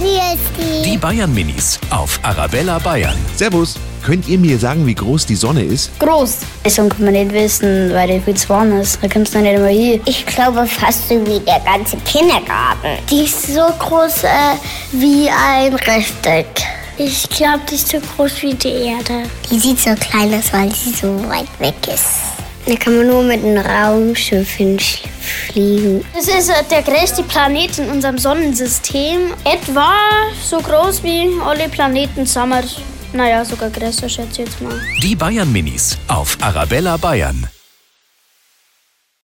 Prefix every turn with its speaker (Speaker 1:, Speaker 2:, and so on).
Speaker 1: Wie ist
Speaker 2: Die Bayern Minis auf Arabella Bayern.
Speaker 3: Servus. Könnt ihr mir sagen, wie groß die Sonne ist?
Speaker 4: Groß.
Speaker 5: Das Also, kann man nicht wissen, weil der viel zu warm ist. Da kommst du nicht immer hin.
Speaker 1: Ich glaube fast so wie der ganze Kindergarten. Die ist so groß äh, wie ein Rechteck. Ich glaube, die ist so groß wie die Erde. Die sieht so klein aus, weil sie so weit weg ist.
Speaker 5: Da kann man nur mit einem Raumschiff hinfliegen.
Speaker 4: Das ist äh, der größte Planet in unserem Sonnensystem. Etwa so groß wie alle Planeten zusammen. Naja, sogar größer, schätze ich jetzt mal.
Speaker 2: Die Bayern Minis auf Arabella Bayern.